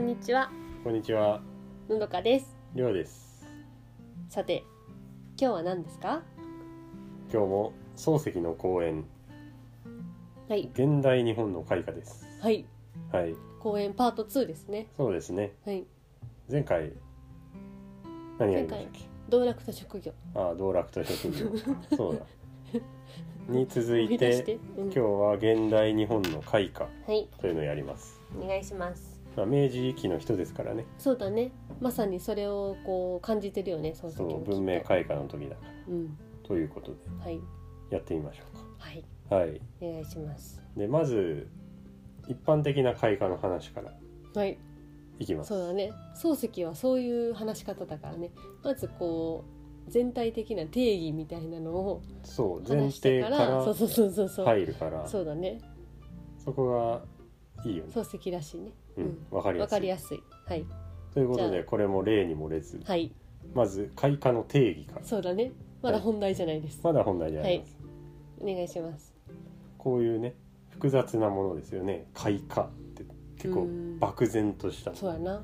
にちはこんにちは、のどかですりょうです。さて今日は何ですか今日も漱石の講演、はい現代日本の絵画です。はいはい、公演パート2ですねそうですね。はい前回何やりましたっけ？道楽と職業ああ、道楽と職業。 そうだ。に続思いい出してて、うん今日は現代日本の絵画はいというのをやります。お願いしますまあ明治期の人ですからね。そうだねまさにそれをこう感じてるよねその時そもきう、っと文明絵画の時だからうんということではいやってみましょはいうか。はい。お願いしますでまず一般的な絵画の話からはいいきます。そうだね漱石はそういう話し方だからねまずこう全体的な定義みたいなのをそう前話して提かかららそうそうそうそうそう、入るからそうだねそこがいいよね。漱石らしいねううんん、わかりわやすかりい。やすいはいということじゃでこれも例に漏れずはいまず開花の定義からそうだねまだ本題じゃないです、まだ本題であります。お願いしますこういうね複雑なものですよね開花って結う構ん漠然としたそうやな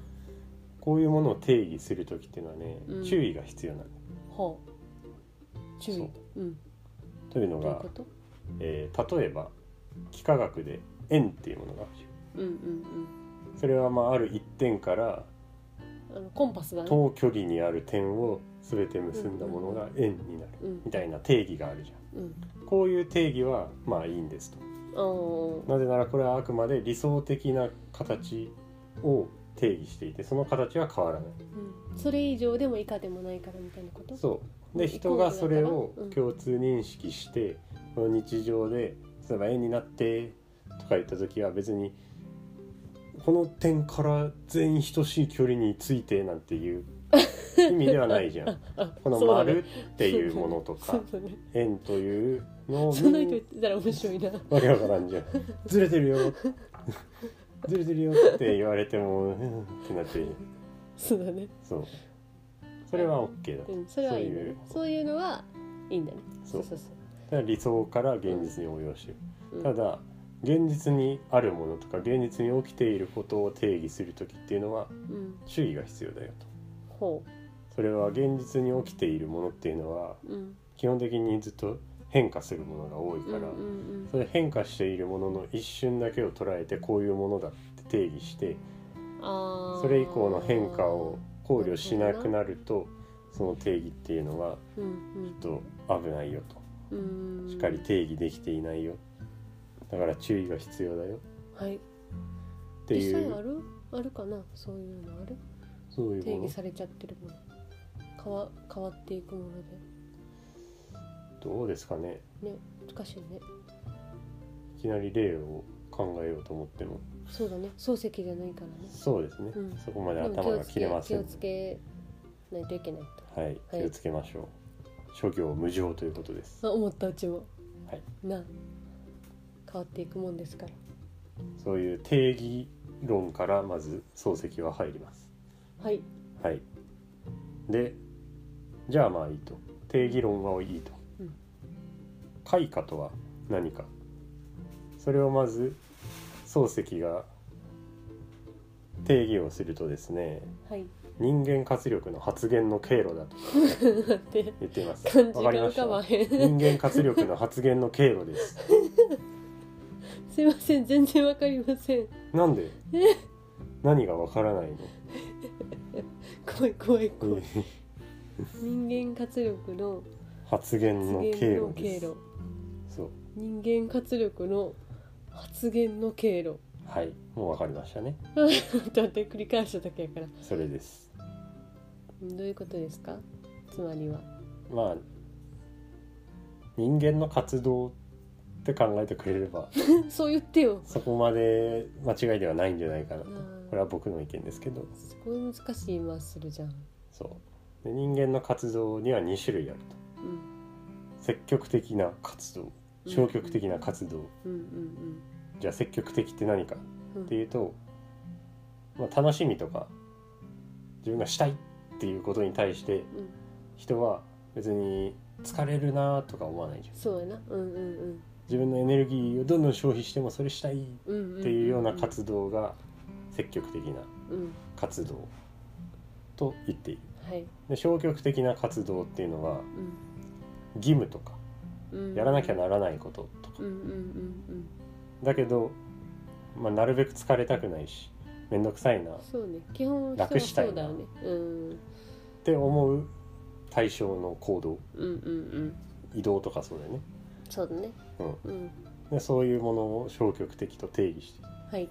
こういうものを定義する時っていうのはねうん注意が必要なんだほう注意そううんというのどういうがことえー例えば幾何学で円っていうものがあるじうんうんゃんそれはまあある一点からうんあのコンパスだね等距離にある点を全て結んだものが円になるうんみたいな定義があるじゃん。うんこういう定義はまあいいんですとおーなぜならこれはあくまで理想的な形を定義していてその形は変わらなうんそれ以上でも以下でもないからみたいなこといそうでイコール人がそれをだからうん共通認識して、この日常で例えば円になってとか言った時は別にこの点から全員等しい距離についてなん ていう意味ではないじゃんあこのそうだね丸っていうものとそかうだね円というのをそんな人言ってたら面白いなわけわからんじゃん「 ずれてる よ」「ずれてるよ」って言われても うんってなってそうだねそうそれは OK だとうんそれはいいんだねそそういうのはいいんだねそうそうそだから理想から現実に応用してるう、うん、ただ現実にあるものとか現実に起きていることを定義する時っていうのはうん注意が必要だよとほそれは現実に起きているものっていうのはううん基本的にずっと変化するものが多いうんかうんら、うんそれ変化しているものの一瞬だけを捉えてこういうものだって定義してあーそれ以降の変化を考慮しなくなるとその定義っていうのはうんちょっと危ないようんうんとしっかり定義できていないよだから注意が必要だよはいってい実際あうるあるかなそういうのあるそういう定義ものされちゃってるもの変わ変わっていくものどうですかねでね難しいねいきなり例を考えようと思ってもそうだね漱石じゃないからねそうですねうんそこまででも頭が切れま気せをんつけないといけないはい気をつけましょう諸行無常ということですとあ思ったうちも、はいな変わっていくもんですからそういう定義論からまず漱石は入りますはいはい。で、じゃあまあいいと。定義論はいいと。うん開花とは何か。それをまず漱石が定義をするとですね、はい人間活力の発言の経路だとだって言ってい ます。漢字がわかりま浮しかばた。へん人間活力の発言の経路です。 すいません全然わかりませんなんで何がわからないの怖い怖い怖い人間活力の 発言発の経言の路経です路。そう。人間活力の発言の経路 はい。もうわかりましたね。だって繰り返しただけやからそれです。どういうことですかつまりはまあ人間の活動って考えてくれればそう言ってよそこまで間違いではないんじゃないかなあとーこれは僕の意見ですけどすごい難しい言い回しするじゃん、そうで人間の活動には2種類あるとうん、積極的な活動消極的な活動、うんうんじゃあ積極的って何かうんうんっていうと、まあ、楽しみとか自分がしたいっていうことに対してうん人は別に疲れるなとか思わないじゃんそうやなうんうん自分のエネルギーをどんどん消費してもそれしたいうんうんんんっていうような活動が積極的なうん活動と言っているはいで消極的な活動っていうのはうん義務とかうんやらなきゃならないこととかうんうんうんだけど、まあ、なるべく疲れたくないし面倒くさいなっうんそうね基本人は楽したそういだなよねうんて思う対象の行動うんうんうん移動とかそうだよねそうだねううんでそういうものを消極的と定義しているはい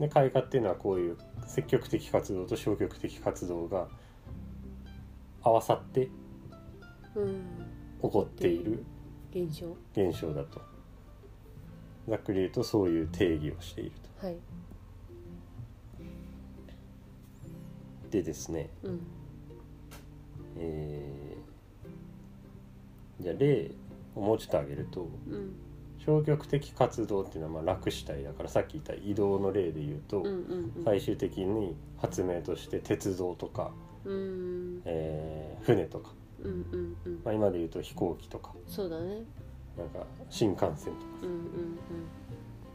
で開花っていうのはこういう積極的活動と消極的活動が合わさってうん起こっている現象現象だとざっくり言うとそういう定義をしているとはいでですねうんえーじゃあ例をもうちょっと挙げるとうん消極的活動っていうのはまあ楽したいだからさっき言った移動の例で言うと、うんうんうん最終的に発明として鉄道とか、うんえー船とか、うんうんうんまあ、今で言うと飛行機とかそうだねなんか新幹線とか、うん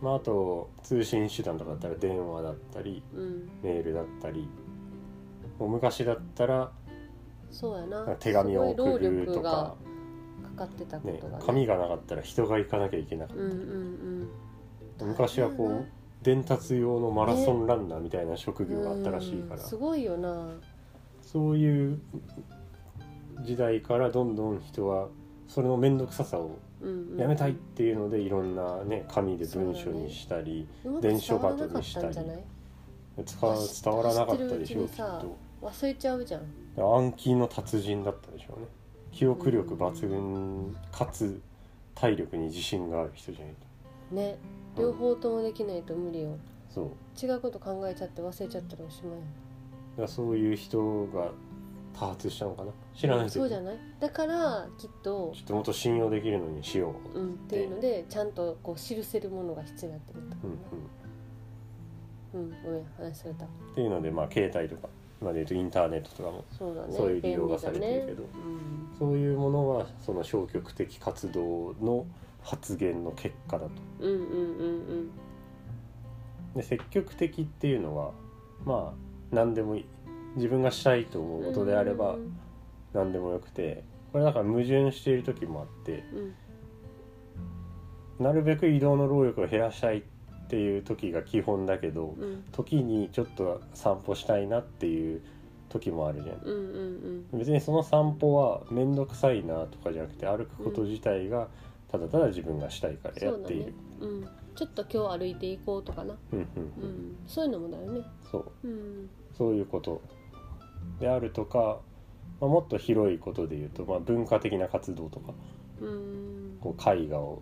まあ、あと通信手段とかだったら電話だったりうんうんうんメールだったりもう昔だったらそうやなんかな手紙を送すごい労ると力かが、かかってたこねとが、ね、紙がなかったら人が行かなきゃいけなかったうんうんうん昔はこ大変やうな伝達用のマラソンランナーみたいな職業があったらしいからうんすごいよなそういう時代からどんどん人はそれの面倒くささをうんうんやめたいっていうのでいろんなね紙で文書にしたりうまく伝承伝わバらトなかルっしたたんじゃりない使わ伝わらなかったでしょう知ってるうちにきっさと忘れちゃうじゃん暗記の達人だったでしょうね記憶力抜群かつ体力に自信がある人じゃないねと、う両ん方ともできないと無理よそう違うこと考えちゃって忘れちゃったらおしまいよだからそういう人が多発したのかな知らないけそどうじゃないだからきっとちょっともっと信用できるのにしよう、うんっていうのでちゃんとこう記せるものが必要だってことかうんうんなうんごめん話されたっていうのでまあ携帯とか今で言うとインターネットとかもそうだねそういう利用がされてる便け利だねど、うんそういうものはその消極的活動の発言の結果だと。うんうんうんうんで積極的っていうのはまあ何でもいい自分がしたいと思うことであればうん何でもよくてこれだから矛盾している時もあってうんなるべく移動の労力を減らしたいっていう時が基本だけど、うん時にちょっと散歩したいなっていう時もあるじゃんうんうん別にその散歩は面倒くさいなとかじゃなくて歩くこと自体がただただ自分がしたいからやっているうんうんちょっと今日歩いていこうとかなうんううんうんんそういうのもだよねそううんそういうことであるとか、まあ、もっと広いことで言うと、まあ、文化的な活動とかうんこう絵画を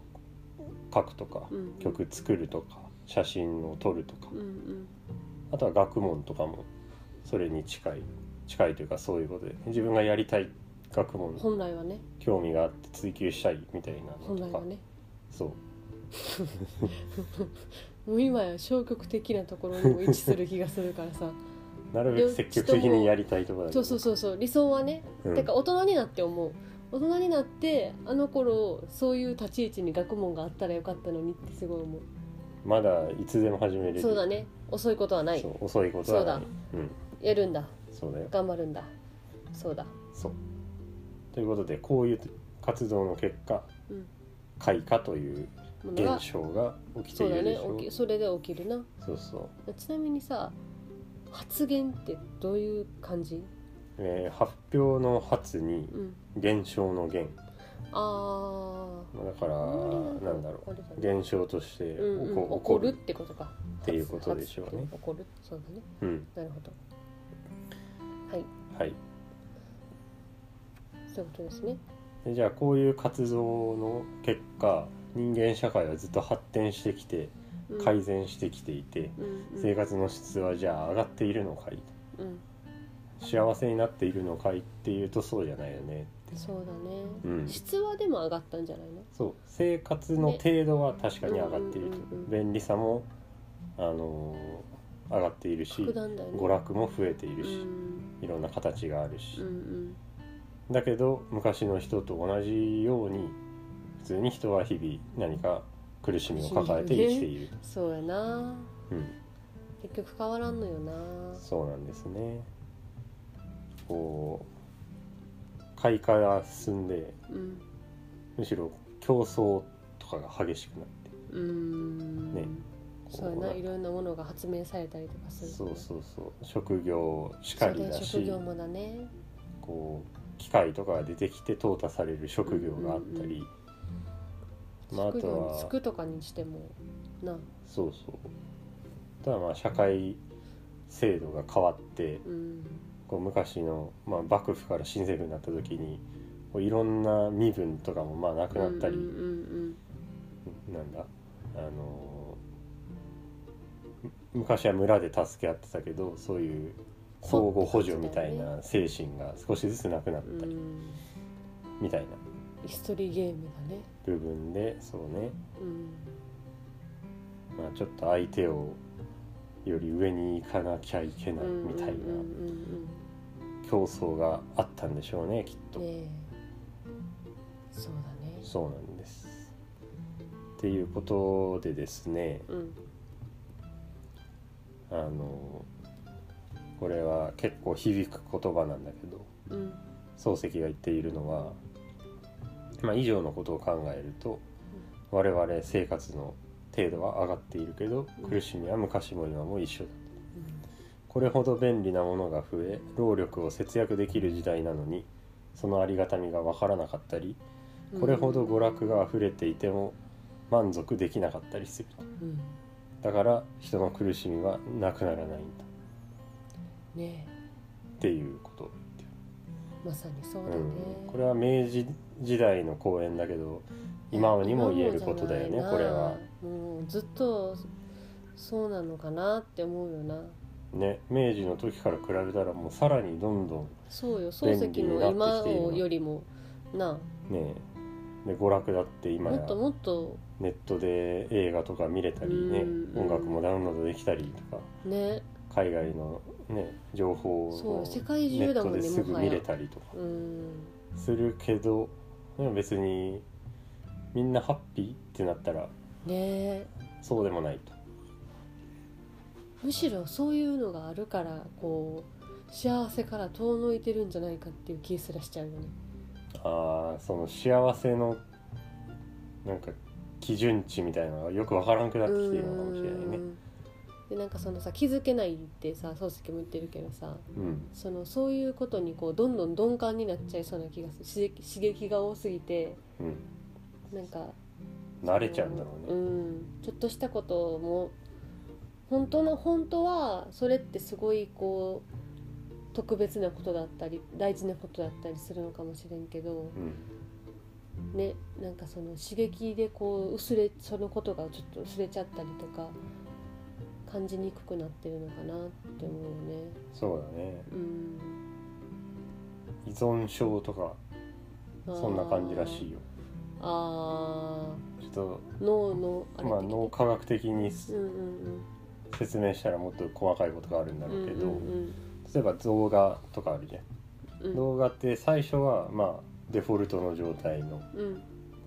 描くとかうん曲作るとか写真を撮るとかうんうんあとは学問とかもそれに近い近いというかそういうことで自分がやりたい学問本来はね興味があって追求したいみたいな本のと来か、はねそうもう今や消極的なところにも位置する気がする からさなるべく積極的にやりたいところだけそどうそうそうそう理想はね、うんてか大人になって思う大人になってあの頃そういう立ち位置に学問があったらよかったのにってすごい思うまだいつでも始めれるそうだね遅いことはないそう遅いことはないそううんやるんだそうだよ頑張るんだそうだそうということでこういう活動の結果うん開花というものが現象が起きてそういだるでねしょう起きそれで起きるなそうそう、ちなみにさ発言ってどういう感じ、えー発表の発にうん、現象の現あまあだからーなんだろあれだうね現象として起こ,、うんうん、起怒こるっるてことかっていうことでしょうね発発怒るそうだねうんなるほどはいはいそういうことですねでじゃあこういう活動の結果人間社会はずっと発展してきてうん改善してきていて、うんうん生活の質はじゃあ上がっているのかいうん幸せになっているのかいっていうとそうじゃないよねってそうだね、うん質はでも上がったんじゃないのそう生活の程度は確かに上がっていると、ねうんうんうんうん便利さも、あのー上がっているし格段だよね娯楽も増えているうし、んいろんな形があるし、うんうんだけど昔の人と同じように普通に人は日々何か苦しみを抱えて生きている、そうやなうん、結局変わらんのよなそうなんですねこう開花が進んでうんむしろ競争とかが激しくなってうーんねそうやこうないろんなものが発明されたりとかするそうそうそう職業しかりそうだだよし職業もだねこう機械とかが出てきて淘汰される職業があったり、まあ、あ職業とには就くとかにしてもなそうそうあとはまあ社会制度が変わってうんこう昔の、まあ、幕府から新政府になった時にこういろんな身分とかもまあなくなったり、うんうんなんだあのーむ昔は村で助け合ってたけどそういう相互補助みたいな精神が少しずつなくなっうんうたりんみたいなイストリーゲームだね部分でそうね、うんまあ、ちょっと相手をより上に行かなきゃいけないみたいなうんうんうん競争があったんでしょうねきっうとん、。ねえそうだねそうなんですっていうことでですねうんあのこれは結構響く言葉なんだけうどん漱石が言っているのは、まあ、以上のことを考えると我々生活の程度は上がっているけどうん苦しみは昔も今も一緒だこれほど便利なものが増え労力を節約できる時代なのにそのありがたみが分からなかったりうんこれほど娯楽が溢れていても満足できなかったりするうんだから人の苦しみはなくならないんだねっていうこと、えまさにそうだね、うん、これは明治時代の講演だけど今にも言えることだよね今こもじれゃないなはもうずっとそうなのかなって思うよなね明治の時から比べたらもうさらにどんどそうよ漱石の今をよりもなんねで娯楽だって今もやっともっとネットで映画とか見れたりねうん音楽もダウンロードできたりとかね海外のね情報そうをよ世界ネ中ッだトもんでねすもぐは見やれたりとかうんするけどでも別にみんなハッピーってなったらねえそうでもないと。むしろそういうのがあるからこう幸せから遠のいてるんじゃないかっていう気すらしちゃうよねあーその幸せのなんか基準値みたいなのがよくわからんくなってきているのかもしれないうね。んでなんかそのさ気づけないってさ漱石も言ってるけどさうん、そのそういうことにこうどんどん鈍感になっちゃいそうな気がする刺激刺激が多すぎてうん、なんか慣れちゃうんだろううね。ん、ちょっとしたことも本当の本当はそれってすごいこう特別なことだったり大事なことだったりするのかもしれんけどうん、ねなんかその刺激でこう薄れそのことがちょっと薄れちゃったりとか感じにくくなってるのかなって思うよね。そうだね。うん依存症とかそんな感じらしいよ。あーちょっとあー脳のあれまあ的脳科学的にうんうん説明したらもっと細かいことがあるんだうんろうけど、うんうん例えば動画とかあるじゃん。うん動画って最初はまあデフォルトの状態のうんうん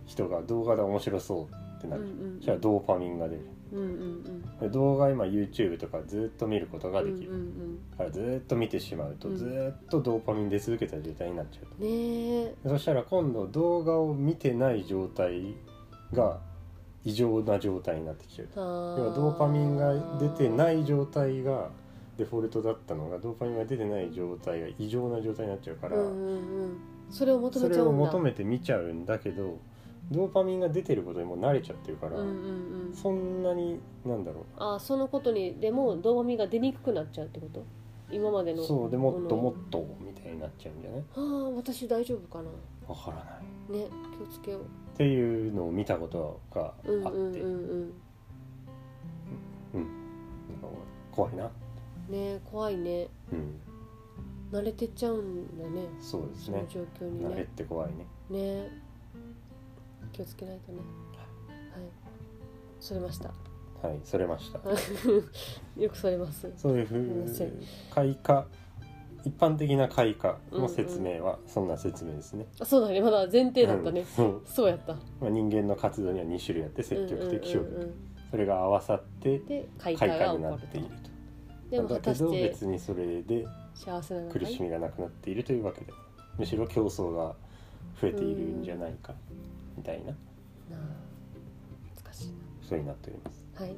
人が動画で面白そうってなうんうる。んじゃあドーパミンが出る。うんうんうんで動画今 YouTube とかずっと見ることができる、うんだからずっと見てしまうと、うんずっとドーパミン出続けた状態になっちゃうんううん、ねえとでそしたら今度動画を見てない状態が異常な状態になってきちゃうあー要はドーパミンが出てない状態がデフォルトだったのがドーパミンが出てない状態が異常な状態になっちゃうから、うんうんうん、それを求そめちれゃうをんだ求めて見ちゃうんだけどドーパミンが出てることにもう慣れちゃってるから、うんうんうん、そんなになんだろうあーそのことにでもドーパミンが出にくくなっちゃうってこと今までのそうでもっことのもっとみたいになっちゃうんじゃないああ私大丈夫かなわからないっね気をつけよていうのを見たことがあって、ううんなうんんうんか怖いな、うんね怖いねうん、慣れてっちゃうんだねそうですそのね状況に慣れっねて怖いねね気をつけないとねはいそれました はいそれましたよくそれますそういうふすいまう開花一般的な開花の説明はそんな説明ですね、あそうだねまだ前提だったうねん、そうそうやったまあ、人間の活動には2種類あって積極的消う極、んうんうんうんそれが合わさってで開開花が花起になこっるているとでもだ果けたどして別にそれで幸せなのか苦いしみがなくなっているというわけでむしろ競争が増えているんじゃないかみたいななあ難しいそうになっております、なはい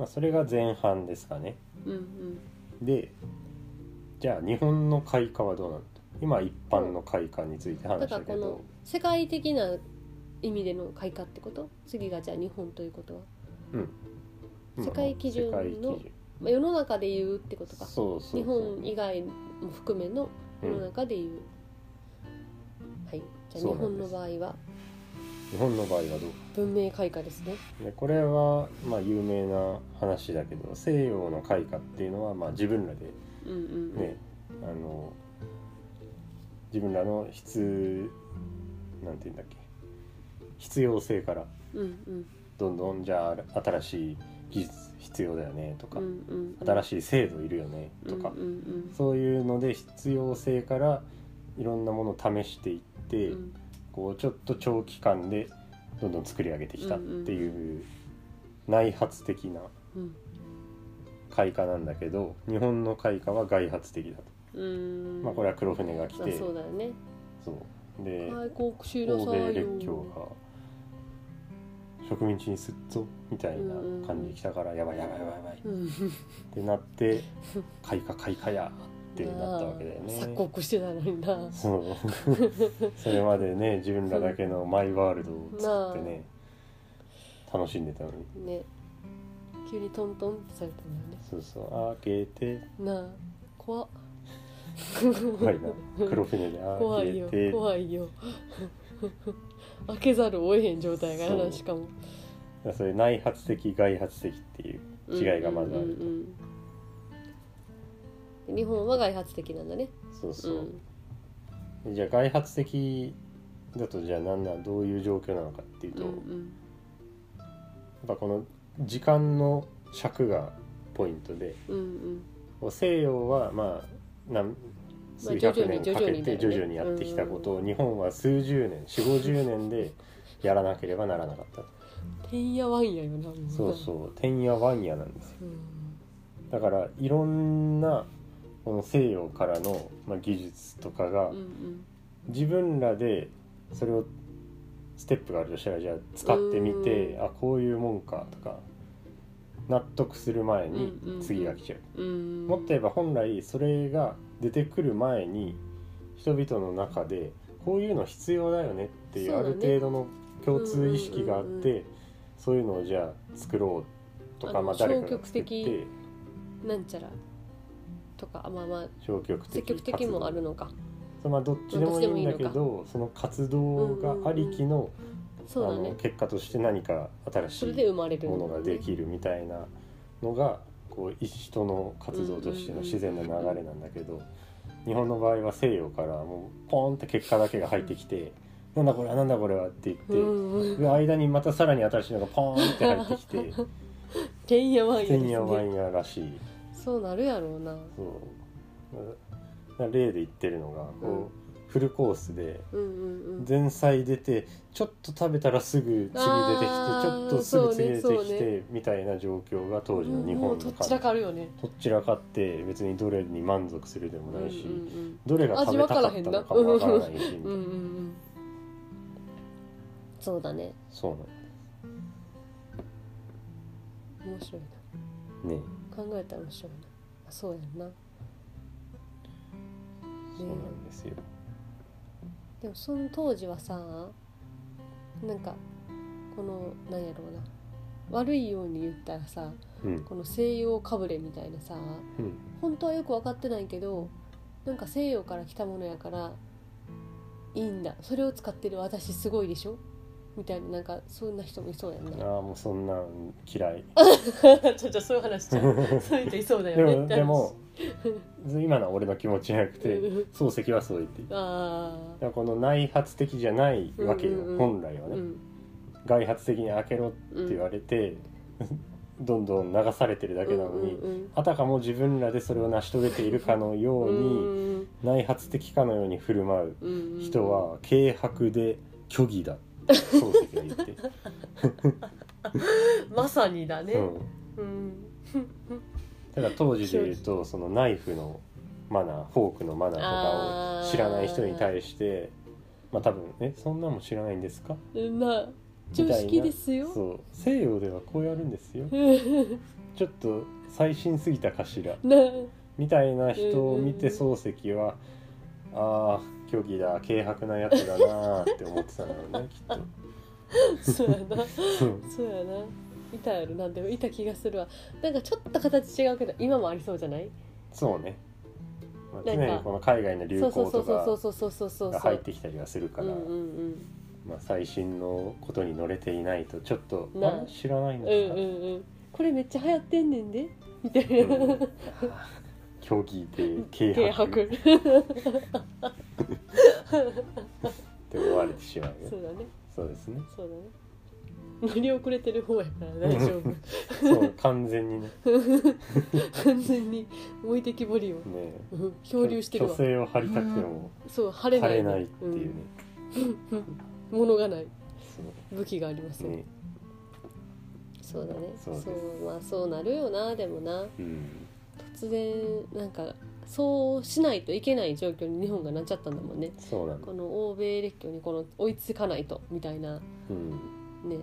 まあ、それが前半ですかねうんうんでじゃあ日本の開花はどうなのと今は一般の開花についてだ話しかたらこけのど世界的な意味での開花ってこと次がじゃあ日本ということは、うん世界基準の世界基準まあ、世の中で言うってことかそうそうそう日本以外も含めのう世のん中で言う、はいじゃあ日そうなん本でのす場合は日本の場合はどう文明開化ですねでこれはまあ有名な話だけど西洋の開花っていうのはまあ自分らでうんうんね、あの自分らの必なんて言うんだっけ必要性からうんうんどんどんじゃあ新しい技術必要だよねとか、うんうんうん新しい制度いるよねとか、うんうんそういうので必要性からいろんなものを試していって、うんうんこうちょっと長期間でどんどん作り上げてきたっていう内発的なうん開花なんだけど日本の開花は外発的だと、うんまあ、これは黒船が来てあそうだよねそうで開国終了欧さ米よ列強が植民地にすっぞみたいな感じで来たからやばいやばいやばいやばいっうんて なって開花開花やってなったわけだよね。鎖国してたのになそう それまでね自分らだけのマイワールドを作 ってね楽しんでたのにね急にトントンってされたんだよそうそう開けてねなあ怖っ怖い な黒船で怖開いけよて怖いよ開けざるを得へん状態がそなうしかもそれ内発的外発的っていう違いがまずあるとうんうんうん日本は外発的なんだねそううそう、んでじゃあ外発的だとじゃあ何なんどういう状況なのかっていううと、んやっぱこの時間の尺がポイントでうんうんこう西洋はまあなん数百年かけて徐々にやってきたことを日本は数十年四五十年でやらなければならなかったとてんやわんやよなもうなそうそうてんやわんやなんですようんだからいろんなこの西洋からの、まあ、技術とかがうんうん自分らでそれをステップがあるとしたらじゃあ使ってみてうんあこういうもんかとか納得する前にうんうんうん次が来ちゃう。うんもっと言えば本来それが出てくる前に人々の中でこういうの必要だよねっていうそあうだねる程度の共通意識があうっんうんうんうてそういうのをじゃあ作ろうとあかのまあ誰かが消極作っ的てなんちゃらとかあまあまあ消極的積極的もあるのか活動まあどっちでもいいんだけどっちでどその活動がありきのあそうだのね結果として何か新しそれでい生まれるものができるみたいなのがこう人の活動としての自然な流れなんだけど日本の場合は西洋からもうポーンって結果だけが入ってきて「なんだこれはなんだこれは」って言って。うんで間にまたさらに新しいのがポーンって入っ てきててんやわんやでてすんやわねんやらしいそうなるやろうなそう例で言ってるのがこうフルコースでうんうんうん前菜出てちょっと食べたらすぐ次出てきてちあーょっとすぐ次出そうてねきそうてみたいな状況が当時の日もう本とっのちらかるよねどっちらかって別にどれに満足するでもないし、うんうんどれが食べたかったのかもわからないし、うんうんうんうんうんそうだねそう面白いなのねな考えたら面白いなあそうやんなそうなんですよ、でもその当時はさなんかこのなんやろうな悪いように言ったらさうんこの西洋かぶれみたいなさうん、本当はよく分かってないけどなんか西洋から来たものやからいいんだそれを使ってる私すごいでしょみたいななんかそんな人もいそうやんなああもうそんなん嫌いちょちょそういう話ちゃうそういう人いそうだ でよねもでも今のは俺の気持ちじゃなくて漱石はそう言っていたあだからこの内発的じゃないわけよ、うんうんうん本来あはうね、ん外発的に開けろってうん言われて、どんどん流されてるだけなのに、うんうんあたかも自分らでそれを成し遂げているかのよううに、ん内発的かのように振る舞うんうんう人は軽薄で虚 偽だ漱石が言って、まさにだねううん、んだから当時で言うとそのナイフのマナーフォークのマナーとかあをー知らない人に対してまあ多分ねそんなんも知らないんですかうんまあみ常たいな識ですよそう西洋ではこうやるんですよちょっと最新すぎたかしらなみたいな人を見てうんう漱石はああ狂気だ軽薄なやつだなーって思ってたんだろうね きっとそうやなうんそうやな。いたやろなんでもいた気がするわ。なんかちょっと形違うけど今もありそうじゃない？そうね、まあ、常なんかにこの海外の流そう行そうそとうそうかそうそうそうそうが入ってきたりはするかうら、んうんまあ、最新のことに乗れていないとちょっとなああ知らないんうんうんでうすか、んうん。これめっちゃ流行ってんねんでみたいな。うん狂気で軽軽薄っ薄。て思われてしまうよそうだね。そうですねそうだね。乗り遅れてる方やから大丈夫。そう完全にねね完全に置いてきぼりをえうん 漂流してるわ虚。勢を張りたくてもそう晴れ張ない。れないっていうね、うん。ものがないそう武器がありません。ねそうだね。そうですそうまあそうなるよなでもな。うん突然なんかそうしないといけない状況に日本がなっちゃったんだもんねそうなんだこの欧米列強にこの追いつかないとみたいなうんね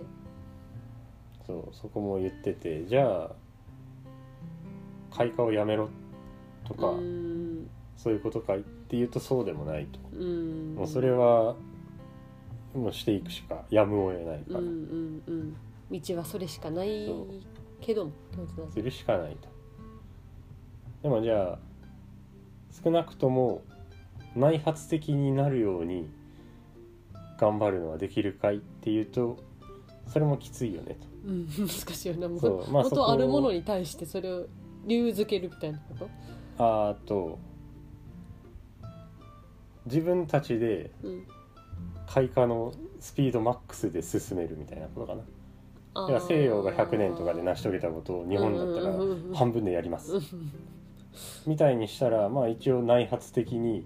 そうそこも言っててじゃあ開花をやめろとうか、ーんそういうことかいっていうとそうでもないと、うーんもうそれはもうしていくしかやむを得ないかうんら、うんうん道はそれしかないそうけどもってことなんですするしかないとでもじゃあ少なくとも内発的になるように頑張るのはできるかいっていうとそれもきついよねうん 難しいよなもとうそうまあそこ元あるものに対してそれを理由づけるみたいなことあーと自分たちでうん開花のスピードマックスで進めるみたいなことかなあいや西洋が100年とかで成し遂げたことを日本だったら半分でやりますみたいにしたらまあ一応内発的に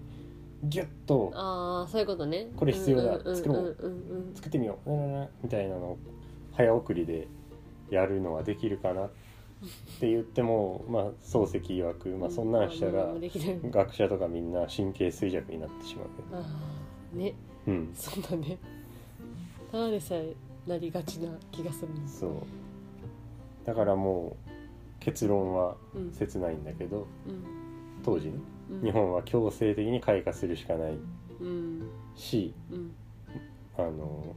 ギュッとああそういうことねこれ必要だんんん作ろうんうん作ってみようなななみたいなのを早送りでやるのはできるかなって言ってもまあ漱石曰く、まあ、そんなんしたらまあできない学者とかみんな神経衰弱になってしまうよあーねうんそうだねただでさえなりがちな気がするんです、そうだからもう結論はうん切ないんだけどうん当時ねうん、日本は強制的に開花するしかないうんしうんあの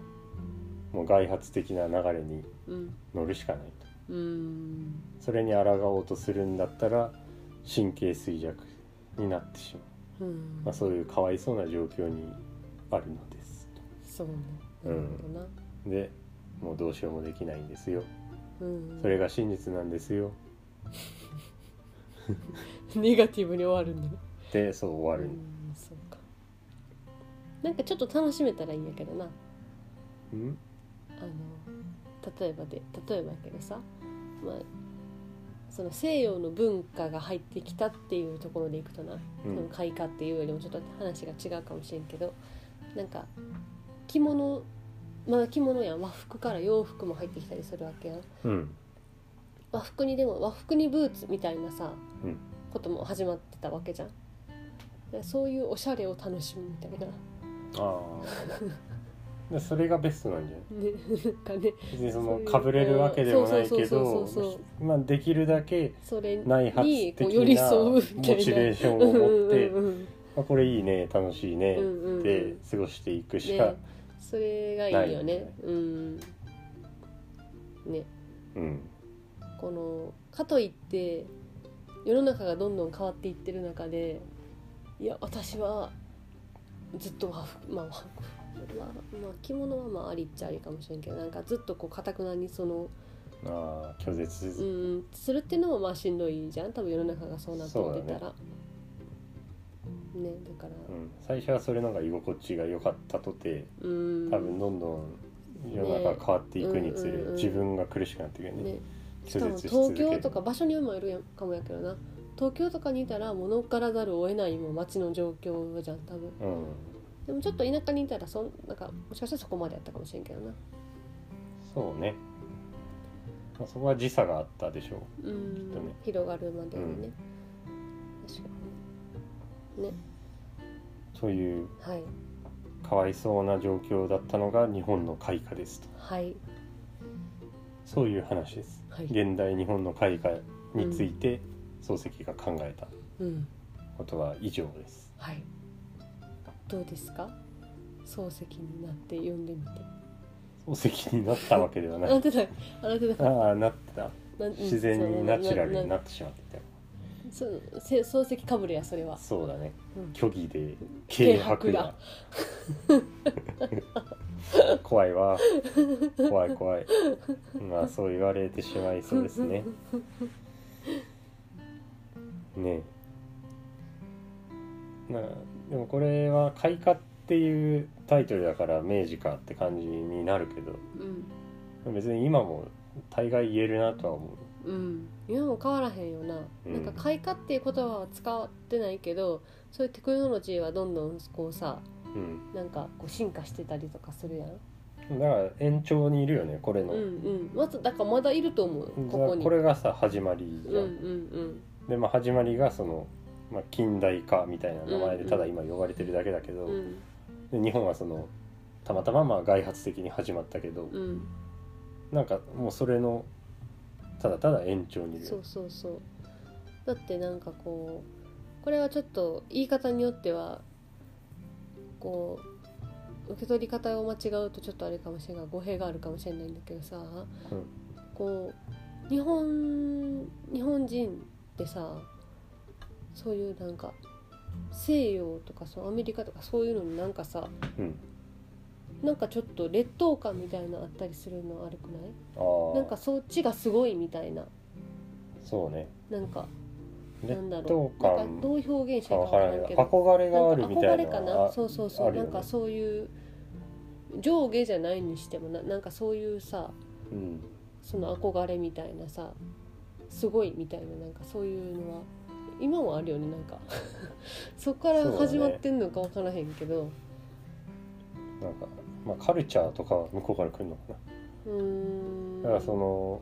もう外発的な流れにうん乗るしかないとうんそれに抗おうとするんだったら神経衰弱になってしまうんう、まあ、そういうかわいそうな状況にあるのですそうねうなんるほどな、とでもうどうしようもできないんですようんそれが真実なんですよネガティブに終わるんだねでそう終わうるんそうかなんかちょっと楽しめたらいいんやけどなうんあの例えばで例えばやけどさ、まあ、その西洋の文化が入ってきたっていうところでいくとな、うそのん開花っていうよりもちょっと話が違うかもしれんけどなんか着物まあ着物やん和服から洋服も入ってきたりするわけやんうん和服にでも和服にブーツみたいなさ、うんことも始まってたわけじゃん。でそういうおしゃれを楽しむみたいな、ね、あ あでそれがベストなんじゃないなんかね別にそのそういうかぶれるわけでもないけそどうそうそうそうそうまあできるだけそれ内発にこ的うな寄り添うモみたいなチベーションを持ってうんうんうんあこれいいね楽しいねうんうんうんで過ごしていくしかね、それがいいよねうんねうんこのかといって世の中がどんどん変わっていってる中でいや私はずっと和服まあ和服まあ、まあ、着物はまあありっちゃありかもしれんけどなんかずっとこうかたくなにそのああ拒絶うすんするっていうのもまあしんどいじゃん多分世の中がそうなってってたらねだからうん、最初はそれの方が居心地が良かったとてうん多分どんどん世の中が変わっていくにつれ、ねうんうんうん自分が苦しくなっていくよねねし拒かも絶し続東ける京とか場所にもよるやんかもやけどな東京とかにいたら物からざるを得ないもう街の状況じゃん多分うんでもちょっと田舎にいたらそんなんかもしかしたらそこまでやったかもしれんけどなそうねまあ、そこは時差があったでしょうきっとんね広がるまでにね、確かにねうそういうはいかわいそうな状況だったのが日本の開花ですとはいそういう話ですはい、現代日本の開花について漱石が考えたうん、ことは以上ですはいどうですか漱石になって読んでみて漱石になったわけではなあないってないあなってないああなってたなんうん自然にナチュラルにななってしまってそうせ漱石かぶれやそれはたそうだねうん虚偽で軽薄だ 怖いわ怖い怖いまあそう言われてしまいそうですねねえまあでもこれは「開花」っていうタイトルだから明治かって感じになるけどうん別に今も大概言えるなとは思ううん今も変わらへんよな、うんなんか開花っていう言葉は使ってないけどそういうテクノロジーはどんどんこうさうんなんかこう進化してたりとかするやんだから延長にいるよねこれの、うんうんまずだからまだいると思うだこからこにこれがさ始まりうんじうゃん、んでまあ始まりがその、まあ、近代化みたいな名前でただ今呼ばれてるだけだけど、うんうんで日本はそのたまたままあ外発的に始まったけど、うんなんかもうそれのただただ延長にいるそうそうそうだってなんかこうこれはちょっと言い方によってはこう受け取り方を間違うとちょっとあれかもしれないが語弊があるかもしれないんだけどさ、こう日本日本人ってさそういうなんか西洋とかそうアメリカとかそういうのになんかさうん、なんかちょっと劣等感みたいなのあったりするの悪くないああなんかそっちがすごいみたいなそうねなんかな劣んだろ等うなんか感どう表現したからいわいかかわらかならんけどないけど憧れがあるんみかた憧いなれかなそうそうそう、あるよなねんかそういう上下じゃないにしてもななんかそういうさうん、その憧れみたいなさすごいみたいななんかそういうのは今もあるよねなんか そこから始まってんのか分からへんけどなんか、まあ、カルチャーとかは向こうから来るのかなう,、ーんだからその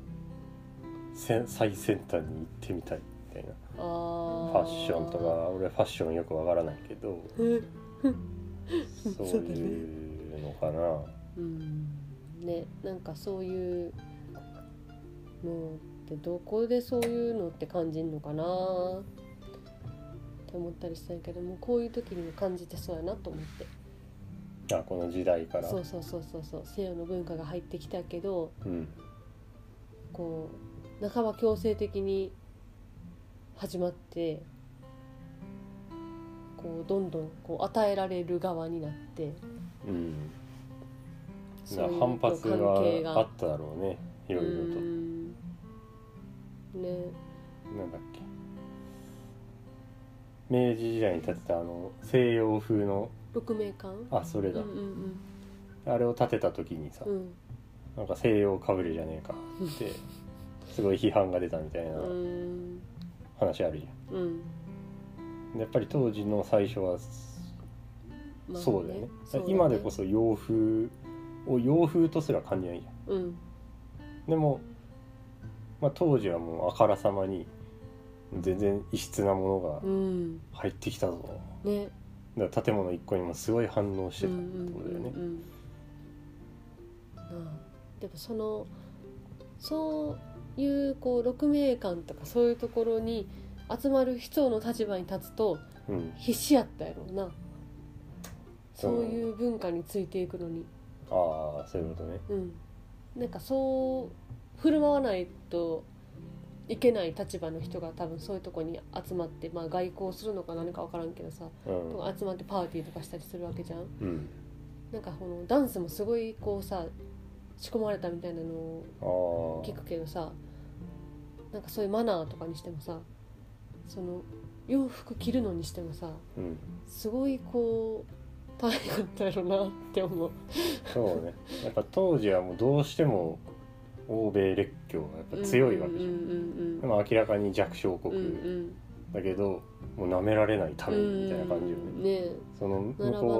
せ最先端に行ってみたいみたいなあーファッションとか俺ファッションよくわからないけどうんそういうのかなうんねなんかそういうのってどこでそういうのって感じるのかなって思ったりしたんやけどもうこういう時にも感じてそうやなと思ってあこの時代からそうそうそうそうそう西洋の文化が入ってきたけどうんこう半ば強制的に始まってこうどんどんこう与えられる側になってうんそだうかいらう反発こう関係があがっただろうねいろいろうとんねなんだっけ明治時代に建てたあの西洋風の鹿鳴館あそれうだん、うんあれを建てた時にさ、うんうんなんか西洋かぶれじゃねえかってすごい批判が出たみたいうなん話あるじうんゃんやっぱり当時の最初はまあそうだよね,、そうだね今でこそ洋風を洋風とすら感じないじゃうんんでも、まあ、当時はもうあからさまに全然異質なものうがん入ってきたぞ、ねだから建物一個にもすごい反応してうたっんてことだよねうんうんうんああでもそのそういうこう鹿鳴館とかそういうところに集まる人の立場に立つとうん、必死やったやろうなそうそういう文化についていくのにああそういうことねうんなんかそう振る舞わないといけない立場の人が多分そういうとこに集まって、まあ、外交するのか何か分からんけどさうん、とか集まってパーティーとかしたりするわけじゃんうん、なんかこのダンスもすごいこうさ仕込まれたみたいなのをああ聞くけどさなんかそういうマナーとかにしてもさその洋服着るのにしてもさうんすごいこう大変だったやろなって思うそうねやっぱ当時はもうどうしても欧米列強がやっぱ強いわけじゃん、うんうんまあ、明らかに弱小うんうんう国、んうんだけどもう舐められないためにみたいな感じよね、うんねその向こ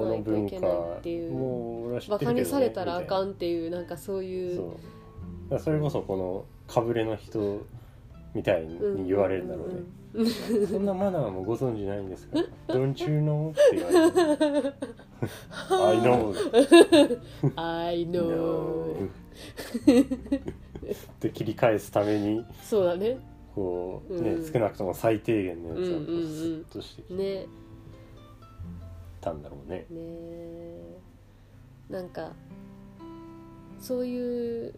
うの文並ばないといけ化ないっていうもう俺は知っバてカるけど、ね、にされたらあかみんっていうなんかそうたいいなそううからそれこそこのかぶれの人みたいに言われるんだろうね、うんそんなマナーもご存知ないん ですか Don't you know? って言われる I know I know って切り返すためにそうだねこう、ねうん少なくとも最低限のやつはうこんううんうんスッとしてきねたんだろうね。ねなんかそういう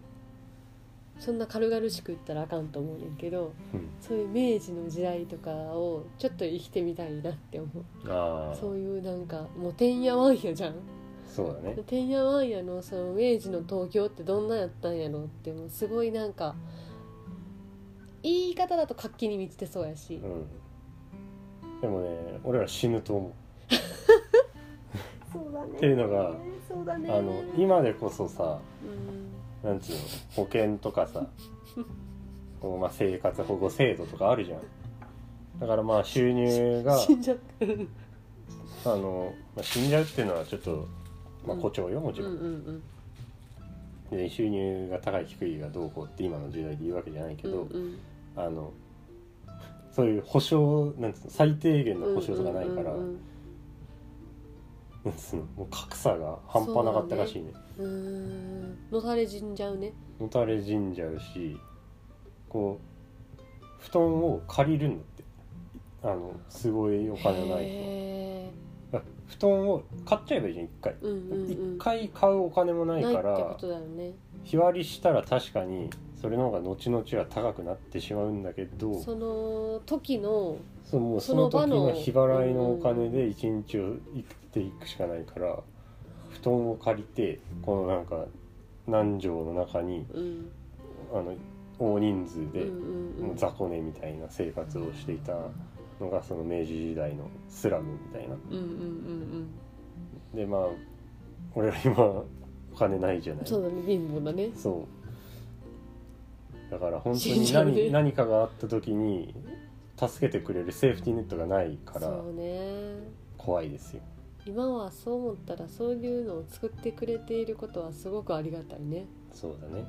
そんな軽々しく言ったらあかんと思うねんけどうんそういう明治の時代とかをちょっと生きてみたいなって思うああそそうういうなんかもうてんやわんやじゃんだ ね。てんやわんやのその明治の東京ってどんなんやったんやろってもうすごいなんか言い方だと活気に満ちてそうやしうん、でもね俺ら死ぬと思う。そうだねっていうのがそうだねあの今でこそさうんなんつうの保険と かさこうまあ生活保護制度とかあるじゃん。だからまあ収 入が死んじゃったうんあの、まあ、死んじゃうっていうのはちょっと、まあ、うん誇張よもちうんろん、うんで収入が高い低いがどうこうって今の時代で言うわけじゃないけど、うんあのそういう保証なんつうの最低限うんの保証とかないから、うんうんなんつうのもう格差が半端なかったらしいねうんうんうーんのたれ死んじゃうねもたれ死んじゃうしこう布団を借りるんだってあのすごいお金ない人へ布団を買っちゃえばいいじゃん一回ーうんうん一、うん回買うお金もないかないってこらとだよね日割りしたら確かにそれの方が後々は高くなってしまうんだけどその時のそうもうそそのの場時のの日払いのお金で一日を生きていくしかないから布団を借りてこのなんか南條の中にうんあの大人数でうんうんもううん雑魚寝みたいな生活をしていたのがその明治時代のスラムみたいな。うんうんうんでまあ俺ら今お金ないじゃなういん。そうだね貧乏だねそうだから本当死んにじゃうね何何かがあった時に助けてくれるセーフティーネットがないからそうね怖いですよ。今はそう思ったらそういうのを作ってくれていることはすごくありがたいねそうだね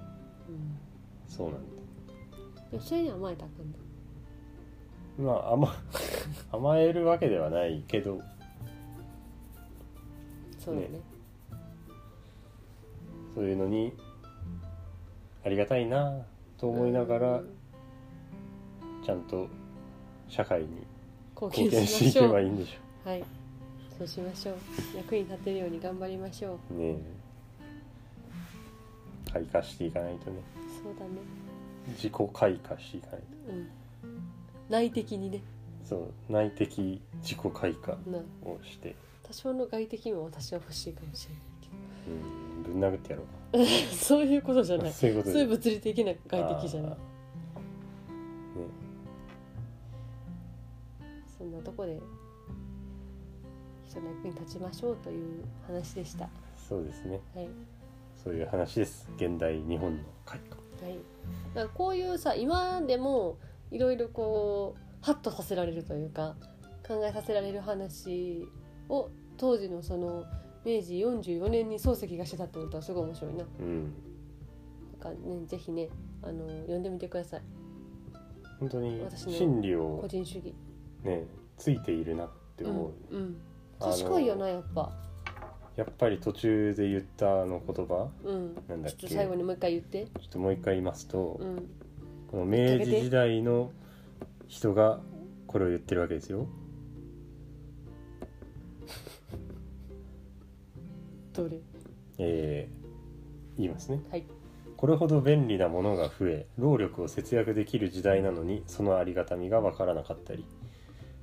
うんそうなんだでもそれに甘えたらあかんだまあ甘 甘えるわけではないけどそうだねねそういうのにありがたいなと思いながうらんちゃんと社会に貢貢献献ししていましけょばういいんでしはいそうしましょう役に立てるように頑張りましょうょうねえ開花していかないとねそうだね自己開花していかないとうん内的にねそう内的自己開花なをして、多少の外的にも私は欲しいかもしれないけうん、ぶん殴ってやろうど そういうことじゃないそういうことそういうで物理的な外的じゃないあーねそんなとこで人の役に立ちましょうという話でした。はそうですねい、はい、そういう話です現代日本の開花だからこういうさ今でもいろいろこうハッとさせられるというか考えさせられる話を当時のその明治44年に漱石がしてたってことはすごい面白いな。うんなんかねぜひねあの読んでみてください本当に私の真理個を人主義。ねついているなって思う、うん、うん、あの賢いよなやっぱ。やっぱり途中で言ったあの言葉うん。なんだっちょけっと最後にもう一回言って。ちょっともう一回言いますと、うん。この明治時代の人がこれを言ってるわけですよどれ。えー言いますねはい。これほど便利なものが増え労力を節約できる時代なのにそのありがたみがわからなかったり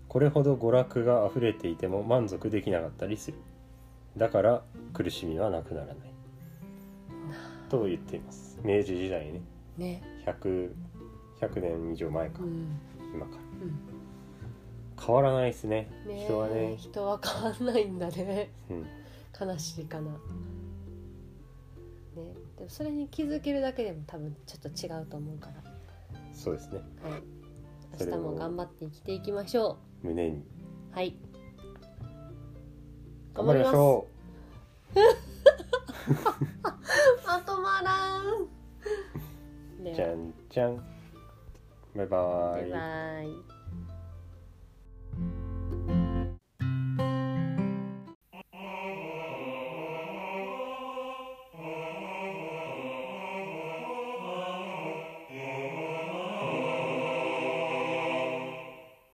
これほど娯楽が溢れていても満足できなかったりするだから苦しみはなくならないと言っています明治時代ねね。 100, 100年以上前かうん。今からうん。変わらないですねねえ人はね、人は変わんないんだねうん、悲しいかな、ね、でもそれに気づけるだけでも多分ちょっと違うと思うかそうですねら、はい、そ明れ日をも頑張って生きていきましょ胸にうはい頑張りましょ頑張りますまとまらんでじゃはんじゃんバイババイバイ